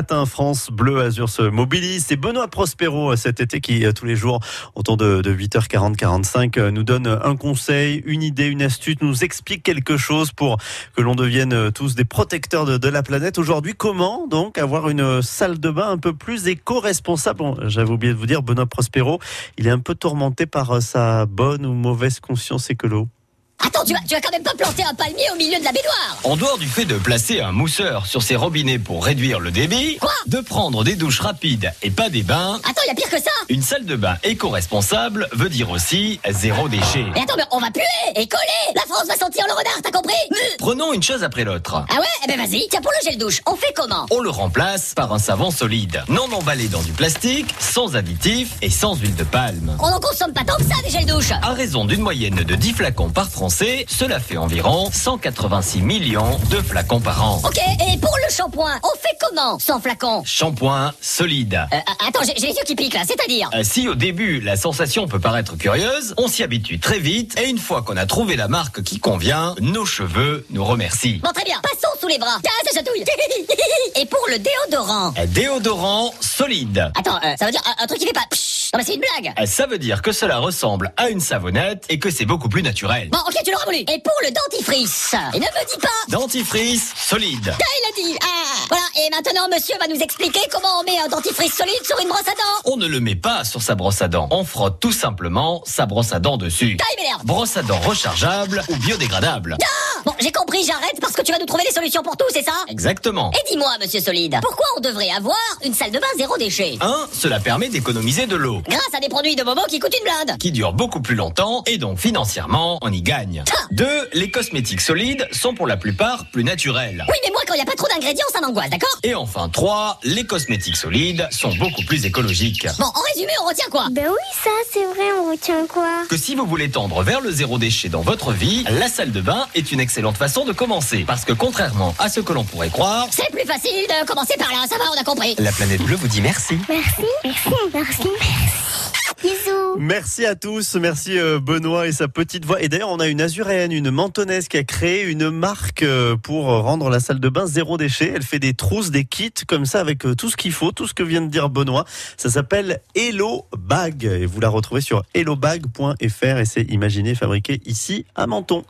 matin, France Bleu Azur se mobilise. C'est Benoît Prospero cet été qui, euh, tous les jours, autour de, de 8h40-45, euh, nous donne un conseil, une idée, une astuce, nous explique quelque chose pour que l'on devienne euh, tous des protecteurs de, de la planète. Aujourd'hui, comment donc avoir une euh, salle de bain un peu plus éco-responsable bon, J'avais oublié de vous dire, Benoît Prospero, il est un peu tourmenté par euh, sa bonne ou mauvaise conscience écolo. Attends, tu vas, tu vas quand même pas planter un palmier au milieu de la baignoire En dehors du fait de placer un mousseur sur ses robinets pour réduire le débit, Quoi de prendre des douches rapides et pas des bains, Attends, il y a pire que ça une salle de bain éco-responsable veut dire aussi zéro déchet. Mais attends, mais on va puer et coller La France va sentir le renard, t'as compris Prenons une chose après l'autre. Ah ouais Eh ben vas-y, tiens, pour le gel douche, on fait comment On le remplace par un savon solide, non emballé dans du plastique, sans additifs et sans huile de palme. On en consomme pas tant que ça des gels douche À raison d'une moyenne de 10 flacons par Français, cela fait environ 186 millions de flacons par an. Ok, et pour le shampoing, on fait comment Sans flacon Shampoing solide. Euh, a- Attends, j'ai j'ai les yeux qui piquent là, c'est-à-dire Euh, Si au début la sensation peut paraître curieuse, on s'y habitue très vite et une fois qu'on a trouvé la marque qui convient, nos cheveux nous remercient. Bon, très bien, passons sous les bras Tiens, ça chatouille Et pour le déodorant Un Déodorant solide. Attends, euh, ça veut dire un, un truc qui fait pas... Pshhh. Non mais c'est une blague Euh, Ça veut dire que cela ressemble à une savonnette et que c'est beaucoup plus naturel. Bon, ok, tu l'auras voulu Et pour le dentifrice Et ne me dis pas Dentifrice solide. Ah, il a dit Ah Voilà, et maintenant monsieur va nous expliquer comment on met un dentifrice solide sur une brosse à dents On ne le met pas sur sa brosse à dents. On frotte tout simplement sa brosse à dents dessus. Ah, il m'énerve Brosse à dents rechargeable ou biodégradable. Ah Bon, j'ai compris, j'arrête parce que tu vas nous trouver des solutions pour tout, c'est ça Exactement. Et dis-moi, monsieur Solide, pourquoi on devrait avoir une salle de bain zéro déchet 1. Cela permet d'économiser de l'eau, Grâce à des produits de Momo qui coûtent une blinde qui dure beaucoup plus longtemps et donc financièrement on y gagne. Ah. 2. Les cosmétiques solides sont pour la plupart plus naturels. Oui, mais moi, quand il n'y a pas trop d'ingrédients, ça m'angoisse, d'accord Et enfin 3. Les cosmétiques solides sont beaucoup plus écologiques. Bon, en résumé, on retient quoi Ben oui, ça, c'est vrai, on retient quoi Que si vous voulez tendre vers le zéro déchet dans votre vie, la salle de bain est une excellente façon de commencer. Parce que contrairement à ce que l'on pourrait croire, C'est plus facile de commencer par là, ça va, on a compris la planète bleue vous dit merci. Merci, merci, merci, merci. Bisous. Merci à tous, merci euh, Benoît et sa petite voix. Et d'ailleurs, on a une azuréenne, une mentonaise qui a créé une marque euh, pour rendre la salle de bain zéro déchet. Elle fait des trousses, des kits comme ça avec euh, tout ce qu'il faut, tout ce que vient de dire Benoît. Ça s'appelle Hello Bag et vous la retrouvez sur hellobag.fr et c'est imaginé, fabriqué ici à Menton.